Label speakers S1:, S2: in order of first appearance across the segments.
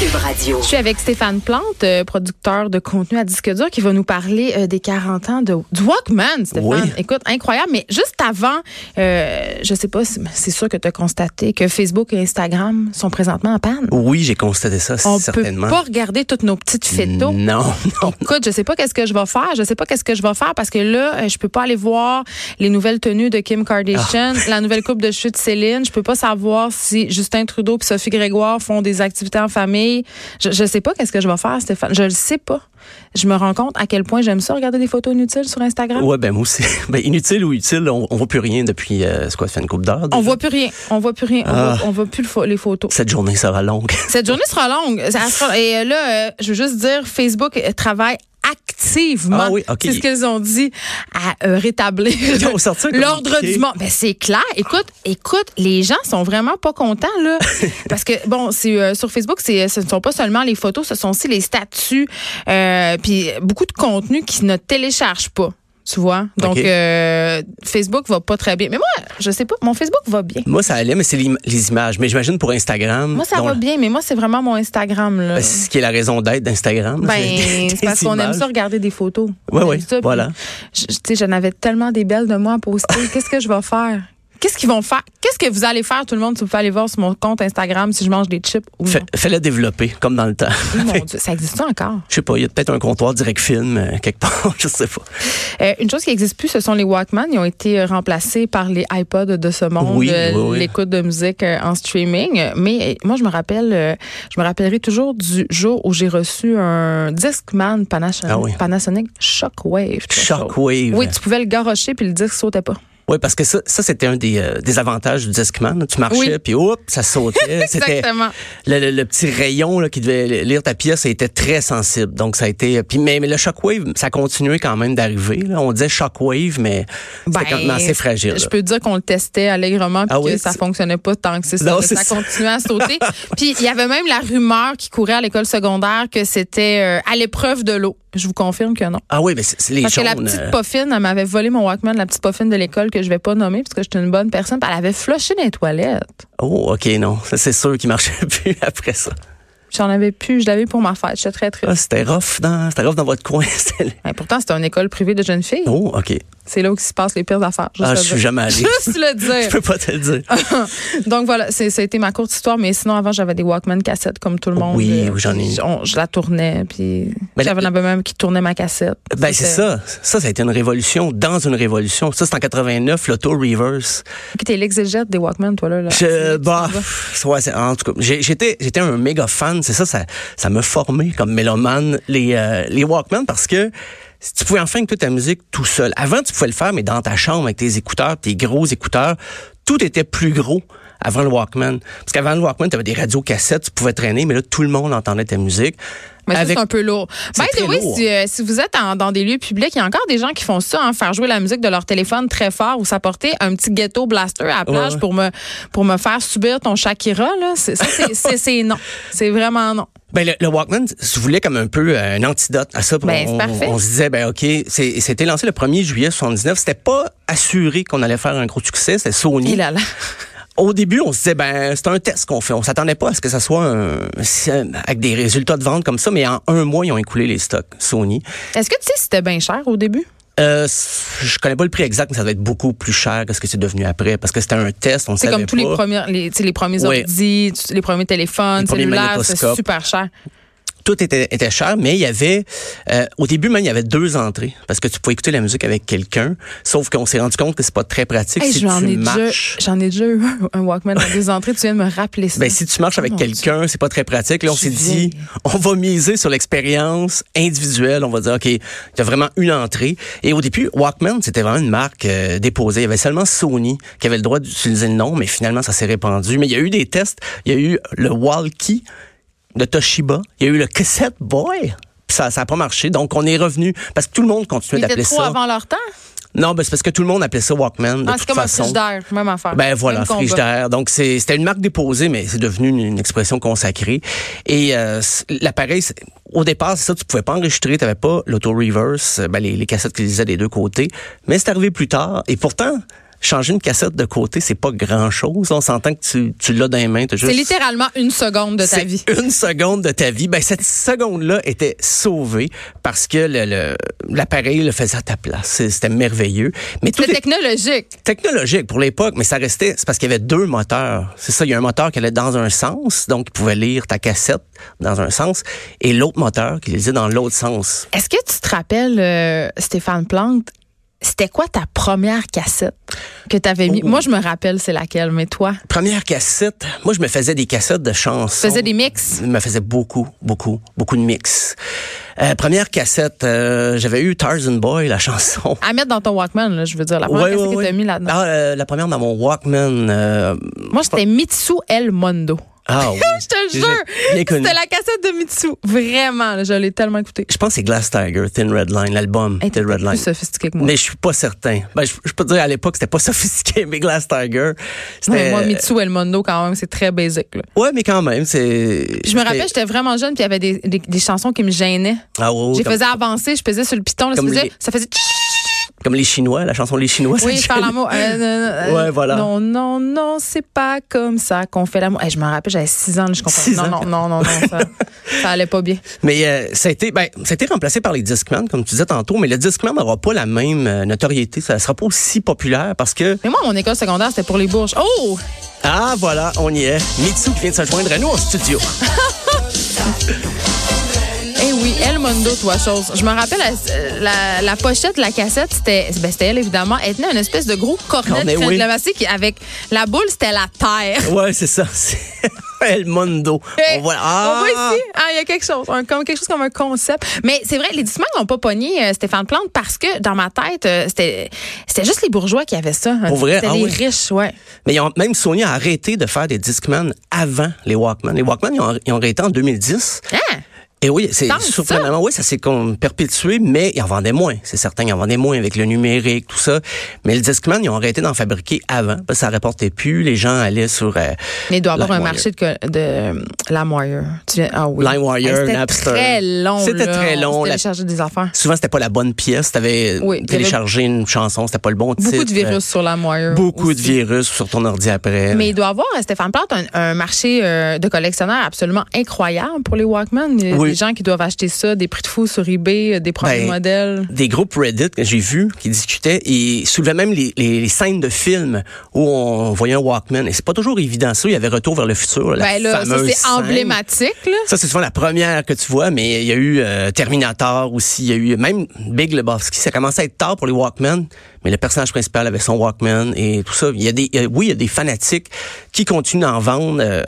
S1: Cube Radio.
S2: Je suis avec Stéphane Plante, euh, producteur de contenu à disque dur, qui va nous parler euh, des 40 ans de, du Walkman, Stéphane.
S3: Oui.
S2: Écoute, incroyable. Mais juste avant, euh, je sais pas, si- c'est sûr que tu as constaté que Facebook et Instagram sont présentement en panne.
S3: Oui, j'ai constaté ça,
S2: On peut
S3: certainement.
S2: pas Hein? regarder toutes nos petites photos.
S3: Non, non.
S2: Écoute, je sais pas qu'est-ce que je vais faire. Je sais pas qu'est-ce que je vais faire parce que là, euh, je peux pas aller voir les nouvelles tenues de Kim Kardashian,
S3: Ah.
S2: la nouvelle coupe de cheveux de Céline. Je peux pas savoir si Justin Trudeau et Sophie Grégoire font des activités en famille. Je, je sais pas qu'est-ce que je vais faire, Stéphane. Je le sais pas. Je me rends compte à quel point j'aime ça regarder des photos inutiles sur Instagram.
S3: Ouais, ben moi aussi. Ben, inutile ou utile, on, on voit plus rien depuis euh, c'est quoi, ça fait une coupe d'heure.
S2: On
S3: déjà?
S2: voit plus rien. On voit plus rien. On,
S3: Ah.
S2: voit, on voit plus le pho- les photos.
S3: Cette journée sera longue.
S2: Cette journée sera longue. Ça sera- Et euh, là, euh, je veux juste dire, Facebook euh, travaille activement.
S3: Ah oui, ok.
S2: C'est ce qu'ils ont dit à euh, rétablir
S3: Ils ont sorti un communiqué.
S2: l'ordre du monde. Ben, c'est clair. Écoute, écoute, les gens sont vraiment pas contents là, parce que bon, c'est euh, sur Facebook, c'est ce ne sont pas seulement les photos, ce sont aussi les statuts, euh, puis beaucoup de contenu qui ne téléchargent pas. Tu vois, donc
S3: Ok.
S2: euh, Facebook va pas très bien. Mais moi, je sais pas, mon Facebook va bien.
S3: Moi, ça allait, mais c'est l'im- les images. Mais j'imagine pour Instagram.
S2: Moi, ça
S3: dont
S2: va
S3: la-
S2: bien, mais moi, c'est vraiment mon Instagram là.
S3: ben, c'est ce qui est la raison d'être d'Instagram.
S2: Ben, c'est parce qu'on aime ça regarder des photos.
S3: Ouais,
S2: On
S3: ouais,
S2: aime ça, puis
S3: voilà.
S2: je- Tu sais, j'en avais tellement des belles de moi à poster. Qu'est-ce que je vais faire? Qu'est-ce qu'ils vont faire? Qu'est-ce que vous allez faire, tout le monde, si vous pouvez aller voir sur mon compte Instagram si je mange des chips ou non?
S3: Fais-le développer, comme dans le temps.
S2: Mon Dieu, ça existe encore?
S3: Je sais pas, il y a peut-être un comptoir direct film euh, quelque part, je sais pas.
S2: Euh, une chose qui n'existe plus, ce sont les Walkman. Ils ont été euh, remplacés par les iPods de ce monde,
S3: Oui,
S2: euh,
S3: oui, oui.
S2: l'écoute de musique euh, en streaming. Euh, Mais euh, moi, je me rappelle, euh, je me rappellerai toujours du jour où j'ai reçu un Discman Panasonic,
S3: Ah oui.
S2: Panasonic Shockwave. quelque chose.
S3: Shockwave.
S2: Oui, tu pouvais le garrocher puis le disque sautait pas.
S3: Oui, parce que ça, ça c'était un des, euh, des avantages du Discman. là. Tu
S2: Oui.
S3: marchais, puis oups, ça sautait. C'était-
S2: Exactement.
S3: Le, le- le petit rayon là, qui devait lire ta pièce ça était très sensible. Donc, ça a été... Puis, mais, mais le shockwave, ça continuait quand même d'arriver. là. On disait shockwave, mais c'était quand même assez fragile. là.
S2: Ben, Je peux te dire qu'on le testait allègrement puis
S3: Ah
S2: que
S3: oui,
S2: ça
S3: c'est-
S2: fonctionnait pas tant que c'est ça.
S3: Non,
S2: mais
S3: c'est
S2: ça
S3: ça.
S2: continuait à sauter. puis il y avait même la rumeur qui courait à l'école secondaire que c'était euh, à l'épreuve de l'eau. Je vous confirme que non.
S3: Ah oui, mais c'est c'est les
S2: Parce que la
S3: jaunes,
S2: petite
S3: euh,
S2: poffine, elle m'avait volé mon Walkman, la petite poffine de l'école que je vais pas nommer parce que j'étais une bonne personne, puis elle avait flushé dans les toilettes.
S3: Oh, OK, non. Ça, C'est sûr qu'il marchait plus après ça.
S2: J'en avais plus, je l'avais eu pour ma fête, j'étais très triste.
S3: Ah, c'était rough, dans, c'était rough dans votre coin. c'était le-
S2: Mais pourtant, c'était une école privée de jeunes filles.
S3: Ah. Oh, OK.
S2: C'est là où se passent les pires affaires. juste
S3: Ah,
S2: le
S3: je suis
S2: dire.
S3: jamais allé.
S2: Juste le dire.
S3: Je peux pas te le dire.
S2: Donc voilà, c'est- ça a été ma courte histoire, mais sinon avant j'avais des Walkman cassettes comme tout le monde.
S3: Oh Oui,
S2: Euh,
S3: oui, j'en ai
S2: puis
S3: une.
S2: on- je la tournais, puis
S3: Mais
S2: j'avais
S3: la-
S2: un même qui tournait ma cassette.
S3: Ben c'est
S2: C'était-
S3: ça. Ça, ça a été une révolution dans une révolution. Ça, c'est en 89, l'auto-reverse.
S2: Ok, t'es l'exégète des Walkman, toi là. là.
S3: Je, bah,
S2: Tu vois.
S3: pff, ouais, c'est- en tout cas, j'ai- j'étais, j'étais un méga fan. C'est ça, ça, ça m'a formé comme mélomane, les, euh, les Walkman, parce que tu pouvais enfin écouter ta musique tout seul. Avant, tu pouvais le faire, mais dans ta chambre, avec tes écouteurs, tes gros écouteurs, tout était plus gros avant le Walkman. Parce qu'avant le Walkman, tu avais des radios cassettes, tu pouvais traîner, mais là, tout le monde entendait ta musique.
S2: Mais ça,
S3: Avec-
S2: c'est un peu lourd.
S3: C'est
S2: By the
S3: très
S2: way,
S3: lourd.
S2: si, euh, si vous êtes en- dans des lieux publics, il y a encore des gens qui font ça, hein, faire jouer la musique de leur téléphone très fort ou s'apporter un petit ghetto blaster à la plage
S3: ouais.
S2: pour me pour me faire subir ton Shakira là. C'est ça, c'est- c'est c'est non, c'est vraiment non.
S3: Ben, le, le Walkman, je voulais comme un peu euh, un antidote à ça.
S2: Ben, c'est
S3: on,
S2: parfait.
S3: on se disait, ben OK, c'est- c'était lancé le 1er juillet 79. C'était pas assuré qu'on allait faire un gros succès, c'était Sony.
S2: Et là là.
S3: Au début, on se disait, ben c'est un test qu'on fait. On s'attendait pas à ce que ça soit un- si- euh, avec des résultats de vente comme ça, mais en un mois, ils ont écoulé les stocks, Sony.
S2: Est-ce que tu sais si c'était bien cher au début?
S3: Euh, je connais pas le prix exact, mais ça doit être beaucoup plus cher que ce que c'est devenu après, parce que c'était un test, on
S2: C'est
S3: savait
S2: comme tous les
S3: pas.
S2: premiers, les, tu sais, les premiers
S3: Ouais.
S2: ordi, tu- les premiers téléphones,
S3: Les premiers
S2: cellulaires, c'est
S3: magnétoscopes.
S2: super cher.
S3: tout était, était cher, mais il y avait euh, au début même il y avait deux entrées parce que tu pouvais écouter la musique avec quelqu'un, sauf qu'on s'est rendu compte que c'est pas très pratique
S2: Hey,
S3: si tu
S2: j'en ai déjà,
S3: marches.
S2: j'en ai déjà eu un Walkman dans deux entrées. Tu viens de me rappeler ça. Oh
S3: Ben, si tu marches avec
S2: mon
S3: quelqu'un, c'est pas très pratique. Là, on
S2: Je
S3: s'est
S2: viens.
S3: dit, on va miser sur l'expérience individuelle. On va dire, OK, il y a vraiment une entrée. Et au début, Walkman, c'était vraiment une marque euh, déposée. Il y avait seulement Sony qui avait le droit d'utiliser le nom, mais finalement, ça s'est répandu. Mais il y a eu des tests. Il y a eu le Walkie de Toshiba. Il y a eu le Cassette Boy. Puis Ça n'a pas marché. Donc, on est revenu. Parce que tout le monde
S2: Ils
S3: continuait
S2: étaient
S3: d'appeler
S2: trop
S3: ça.
S2: avant leur temps.
S3: Non, ben, c'est parce que tout le monde appelait ça Walkman. De
S2: Ah, c'est
S3: toute
S2: comme
S3: façon.
S2: un frigidaire, même affaire.
S3: Ben voilà,
S2: Même combat.
S3: frigidaire. Donc c'est- c'était une marque déposée, mais c'est devenu une, une expression consacrée. Et euh, c- l'appareil, c'est- au départ, c'est ça, tu pouvais pas enregistrer, t'avais pas l'auto-reverse, euh, ben, les, les cassettes qui lisaient des deux côtés. Mais c'est arrivé plus tard. Et pourtant, changer une cassette de côté, c'est pas grand-chose. On s'entend que tu, tu l'as dans les mains. t'as
S2: C'est
S3: juste-
S2: littéralement une seconde de ta
S3: c'est
S2: vie.
S3: Une seconde de ta vie. Ben, cette seconde-là était sauvée parce que le- le- l'appareil le, faisait à ta place. C'est- C'était merveilleux. Mais tout
S2: C'est
S3: est-
S2: technologique.
S3: technologique pour l'époque, mais ça restait, c'est parce qu'il y avait deux moteurs. C'est ça, il y a un moteur qui allait dans un sens, donc il pouvait lire ta cassette dans un sens, et l'autre moteur qui lisait dans l'autre sens.
S2: Est-ce que tu te rappelles, euh, Stéphane Plante, c'était quoi ta première cassette que tu avais mis?
S3: Oh.
S2: Moi, je me rappelle c'est laquelle, mais toi,
S3: Première cassette, moi je me faisais des cassettes de
S2: tu
S3: chansons.
S2: faisais des mix.
S3: Je me faisais beaucoup, beaucoup, beaucoup de mix. Euh, première cassette, euh, j'avais eu Tarzan Boy, la chanson.
S2: À mettre dans ton Walkman, là, je veux dire, Ah, la première
S3: Ouais,
S2: cassette
S3: ouais,
S2: que
S3: ouais.
S2: t'as mis là-dedans.
S3: Ah, euh, la première dans mon Walkman. euh,
S2: Moi, c'était Mitsu El Mondo.
S3: ah oui.
S2: Je te le jure,
S3: Bien
S2: c'était
S3: connu.
S2: la cassette de Mitsu. Vraiment, là, je l'ai tellement écoutée.
S3: Je pense que c'est Glass Tiger, Thin Red Line, l'album
S2: Hey, t'es
S3: Thin Red
S2: plus
S3: Line.
S2: sophistiqué que moi.
S3: Mais je suis pas certain. Ben, je, je peux te dire à l'époque c'était pas sophistiqué, mais Glass Tiger,
S2: Ouais,
S3: c'était.
S2: moi, Mitsu El Mondo, quand même, c'est très basic. là.
S3: Ouais, mais quand même, c'est.
S2: Puis je me rappelle, j'étais vraiment jeune, puis il y avait des, des- des chansons qui me gênaient.
S3: Ah ouais, ouais,
S2: J'ai
S3: comme,
S2: faisais avancer, je pesais sur le piton, là, ça
S3: Comme
S2: faisait,
S3: les-
S2: ça faisait
S3: comme les Chinois, la chanson Les Chinois.
S2: Oui,
S3: ça
S2: faire
S3: gêne.
S2: l'amour. Euh, euh, euh,
S3: Ouais, voilà.
S2: Non, non, non, c'est pas comme ça qu'on fait l'amour. Hey, je me rappelle, j'avais 6 ans, là, je comprends.
S3: Six
S2: Non,
S3: ans.
S2: non, non, non, non, ça, ça allait pas bien.
S3: Mais euh, ça a été, ben, ça a été remplacé par les Discman, comme tu disais tantôt. Mais le Discman n'aura pas la même euh, notoriété. Ça sera pas aussi populaire parce que
S2: Mais moi, mon école secondaire, c'était pour les bourges. Oh!
S3: ah voilà, on y est. Mitsu qui vient de se joindre à nous en studio.
S2: Eh oui, El Mondo, toi, chose. Je me rappelle, la, la- la pochette, la cassette, c'était ben, c'était elle, évidemment. Elle tenait une espèce de gros cornet
S3: Cornet,
S2: de crème
S3: oui.
S2: glacée qui, avec la boule, c'était la terre.
S3: Ouais, c'est ça. c'est El Mundo.
S2: Hey,
S3: on voit. Ah,
S2: on voit ici. Ah, il y a quelque chose. Un- comme, quelque chose comme un concept. Mais c'est vrai, les Discman n'ont pas pogné euh, Stéphane Plante parce que dans ma tête, euh, c'était, c'était juste les bourgeois qui avaient ça. hein.
S3: Pour vrai?
S2: C'était
S3: Ah
S2: les
S3: oui.
S2: riches, ouais.
S3: Mais ils ont, même Sony a arrêté de faire des Discman avant les Walkman. Les Walkman, ils ont, ils ont arrêté en 2010.
S2: Hein?
S3: Et oui, c'est
S2: Tant que ça.
S3: surprenamment, oui, ça s'est comme perpétué, mais ils en vendaient moins. C'est certain, ils en vendaient moins avec le numérique, tout ça. Mais le Discman, ils ont arrêté d'en fabriquer avant. Parce que ça rapportait plus. Les gens allaient sur euh,
S2: Mais il doit y avoir un
S3: LimeWire.
S2: marché de, co- de euh, LimeWire. Tu viens- ah oui.
S3: LimeWire,
S2: Hey, c'était
S3: Napster.
S2: très long.
S3: C'était
S2: là.
S3: très
S2: On
S3: long,
S2: se
S3: la-
S2: téléchargeait des affaires.
S3: Souvent, c'était pas la bonne pièce. T'avais
S2: Oui, il y avait
S3: téléchargé une chanson, c'était pas le bon titre.
S2: Beaucoup de virus sur LimeWire.
S3: Beaucoup
S2: aussi.
S3: de virus sur ton ordi après.
S2: Mais il doit avoir, euh, Stéphane Plante, un, un marché euh, de collectionneurs absolument incroyable pour les Walkman. Il y a
S3: Oui.
S2: Des gens qui doivent acheter ça, des prix de fou sur eBay, euh, des premiers
S3: Ben,
S2: modèles.
S3: des groupes Reddit que j'ai vus qui discutaient et soulevaient même les, les- les scènes de films où on voyait un Walkman. Et c'est pas toujours évident ça. Il y avait Retour vers le futur, la
S2: Ben là, ça
S3: fameuse
S2: c'est
S3: scène.
S2: emblématique. Là.
S3: Ça, c'est souvent la première que tu vois, mais il y a eu euh, Terminator aussi, il y a eu même Big Lebowski. Ça commençait à être tard pour les Walkman, mais le personnage principal avait son Walkman et tout ça. Il y a des, il y a- oui, il y a des fanatiques qui continuent d'en vendre euh,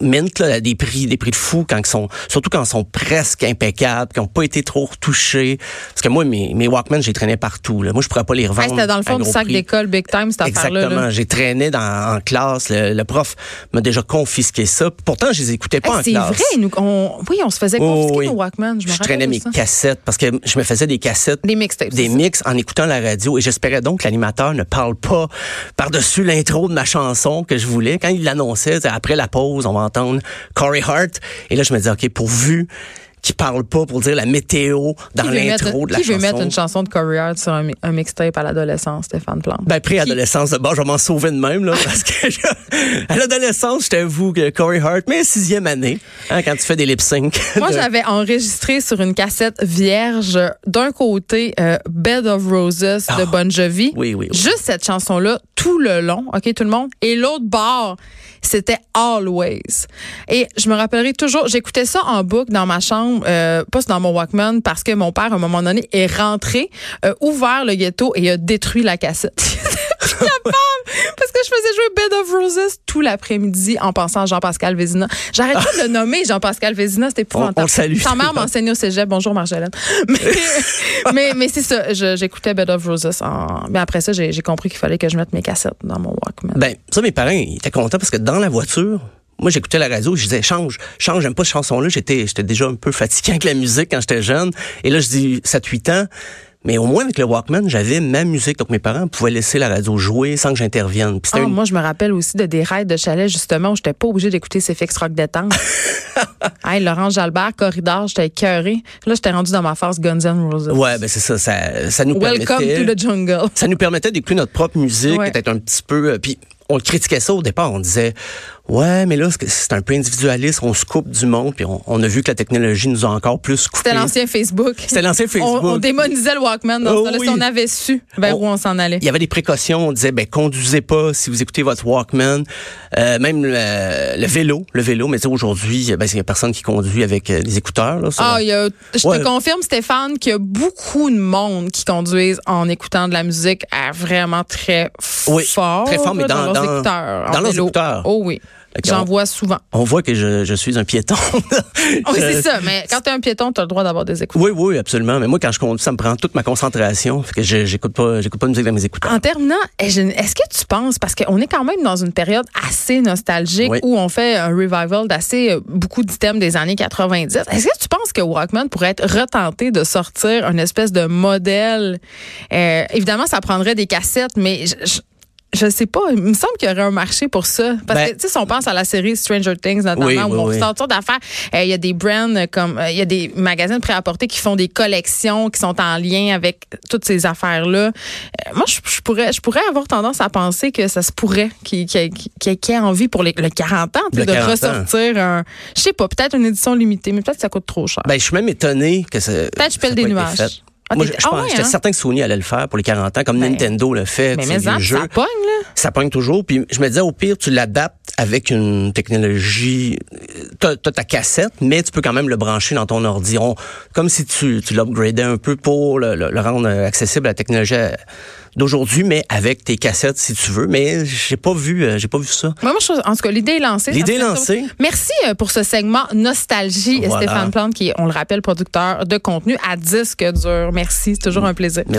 S3: mint là, à des prix, des prix de fou quand ils sont, surtout quand ils sont presque impeccables, qui n'ont pas été trop retouchés. Parce que moi, mes, mes Walkman, j'ai traîné partout. Là. Moi, je pourrais pas les
S2: Hey,
S3: revendre.
S2: C'était dans le
S3: à
S2: fond du
S3: gros
S2: sac
S3: prix.
S2: d'école big time cette affaire-là.
S3: Exactement.
S2: là.
S3: J'ai traîné dans, en classe. Le, le prof m'a déjà confisqué ça. Pourtant, je les écoutais pas
S2: Hey,
S3: en
S2: c'est
S3: classe.
S2: vrai, nous, on, oui, on se faisait
S3: Oh,
S2: confisquer
S3: oui.
S2: nos Walkman. Je, me
S3: Je
S2: rappelle
S3: traînais
S2: de
S3: mes
S2: ça.
S3: cassettes parce que je me faisais des cassettes,
S2: Des mixtapes.
S3: des mix en écoutant la radio et j'espérais donc que l'animateur ne parle pas par-dessus l'intro de ma chanson que je voulais. Quand il l'annonçait, c'est après la pause, on va entendre Corey Hart. Et là, je me disais, OK, pourvu qu'il parle pas pour dire la météo dans
S2: Qui veut
S3: l'intro
S2: mettre-
S3: de la
S2: qui veut mettre
S3: chanson.
S2: une chanson de Corey Hart sur un, mi- un mixtape à l'adolescence, Stéphane Plante?
S3: Ben, pré-adolescence de bord, je vais m'en sauver de même, là,
S2: Ah.
S3: parce que je- à l'adolescence, je t'avoue que Corey Hart, mais sixième année, hein, quand tu fais des lip sync.
S2: Moi, j'avais enregistré sur une cassette vierge d'un côté euh, Bed of Roses de
S3: Ah.
S2: Bon Jovi.
S3: Oui, oui, oui.
S2: Juste cette chanson-là tout le long, OK, tout le monde. Et l'autre bord, c'était Always. Et je me rappellerai toujours, j'écoutais ça en boucle dans ma chambre, euh, pas dans mon Walkman, parce que mon père, à un moment donné, est rentré, euh, ouvert le ghetto et a détruit la cassette. Puis la femme, Parce que je faisais jouer Bed of Roses tout l'après-midi en pensant à Jean-Pascal Vézina. J'arrête pas de le nommer Jean-Pascal Vézina, c'était
S3: On- on
S2: épouvantable.
S3: le salue.
S2: Sa mère m'enseignait au cégep. Bonjour, Marjolaine. Mais, mais, mais c'est ça. je- J'écoutais Bed of Roses. En... Mais après ça, j'ai j'ai compris qu'il fallait que je mette mes cassettes dans mon Walkman.
S3: Ben, ça, mes parents, ils étaient contents parce que dans la voiture, moi, j'écoutais la radio, je disais, change, change, j'aime pas cette chanson-là. J'étais, j'étais déjà un peu fatigué avec la musique quand j'étais jeune. Et là, je dis, 7-8 ans. Mais au moins avec le Walkman, j'avais ma musique. Donc mes parents pouvaient laisser la radio jouer sans que j'intervienne. Puis
S2: Ah,
S3: c'était une-
S2: Moi, je me rappelle aussi de des raids de chalet, justement, où j'étais pas obligée d'écouter ces fixes rock détente. hey, Laurent Jalbert, Corridor, j'étais écœurée. Là, j'étais rendue dans ma phase Guns N' Roses.
S3: Ouais, ben c'est ça, ça, ça nous
S2: Welcome
S3: permettait.
S2: to the jungle.
S3: ça nous permettait d'écouter notre propre musique,
S2: Ouais.
S3: peut-être un petit peu. euh, Puis on critiquait ça au départ. On disait, ouais, mais là, c'est- c'est un peu individualiste. On se coupe du monde. Puis on, on a vu que la technologie nous a encore plus coupés.
S2: C'était l'ancien Facebook.
S3: C'était l'ancien Facebook.
S2: On, on démonisait le Walkman. Dans ce
S3: Oh
S2: temps-là.
S3: oui. Oh.
S2: Si on avait su vers
S3: On-
S2: où on s'en allait.
S3: Il y avait des précautions. On disait, ben conduisez pas si vous écoutez votre Walkman. Euh, même le, le vélo, le vélo. Mais tu sais, aujourd'hui, ben il y a personne qui conduit avec euh, des écouteurs. Là, sur-
S2: Ah, il y a- je
S3: Ouais.
S2: te confirme, Stéphane, qu'il y a beaucoup de monde qui conduisent en écoutant de la musique à vraiment très f-
S3: Oui,
S2: fort.
S3: très fort, mais
S2: là,
S3: dans-
S2: leurs
S3: dans-
S2: écouteurs. en
S3: dans leurs
S2: vélo.
S3: écouteurs.
S2: Oh oui.
S3: Ok,
S2: J'en
S3: on-
S2: vois souvent.
S3: On voit que je, je suis un piéton.
S2: Oui,
S3: Je-
S2: c'est ça. Mais quand t'es un piéton, t'as le droit d'avoir des écouteurs.
S3: Oui, oui, absolument. Mais moi, quand je conduis, ça me prend toute ma concentration. Fait que je- j'écoute pas, j'écoute pas de musique dans mes écouteurs.
S2: En terminant, est-ce est-ce que tu penses, parce qu'on est quand même dans une période assez nostalgique
S3: Oui.
S2: où on fait un revival d'assez euh, beaucoup d'items des années 90, est-ce que tu penses que Walkman pourrait être retenté de sortir une espèce de modèle? Euh, évidemment, ça prendrait des cassettes, mais je, je, je sais pas, il me semble qu'il y aurait un marché pour ça. Parce
S3: Ben-
S2: que, tu sais, si on pense à la série Stranger Things, notamment,
S3: Oui,
S2: où
S3: oui,
S2: on
S3: oui.
S2: sort toutes sortes d'affaires, Euh, il y a des brands euh, comme, euh, il y a des magazines préapportés qui font des collections qui sont en lien avec toutes ces affaires-là. Euh, moi, je, je pourrais, je pourrais avoir tendance à penser que ça se pourrait qu'il qu'il y ait- qu'il y ait- qu'il y ait envie pour les, le 40 ans tu sais,
S3: Le
S2: de
S3: 40 ans.
S2: ressortir un, je sais pas, peut-être une édition limitée, mais peut-être que ça coûte trop cher.
S3: Ben, je suis même étonné que ça.
S2: Ah. peut-être que je pèle des nuages. Ah,
S3: Moi, je,
S2: t'es-
S3: je
S2: ah
S3: pense-
S2: ouais,
S3: j'étais
S2: hein?
S3: certain que Sony allait le faire pour les 40 ans, comme
S2: Ben,
S3: Nintendo le fait.
S2: mais
S3: tu sais,
S2: mais en,
S3: les jeux.
S2: ça pogne, là.
S3: Ça pogne toujours. Puis je me disais, au pire, tu l'adaptes avec une technologie. euh, T'as t'as ta cassette, mais tu peux quand même le brancher dans ton ordi. On- comme si tu, tu l'upgradais un peu pour le, le- le rendre accessible à la technologie euh, d'aujourd'hui, mais avec tes cassettes si tu veux. Mais j'ai pas vu, euh, j'ai pas vu ça.
S2: Moi, moi, je trouve- en tout cas, l'idée est lancée. Ça
S3: L'idée
S2: me fait
S3: est lancée.
S2: ça. Merci euh, pour ce segment Nostalgie.
S3: Voilà.
S2: Stéphane Plante, qui est, on le rappelle, producteur de contenu à disque dur. Merci, c'est toujours un plaisir.
S3: Merci.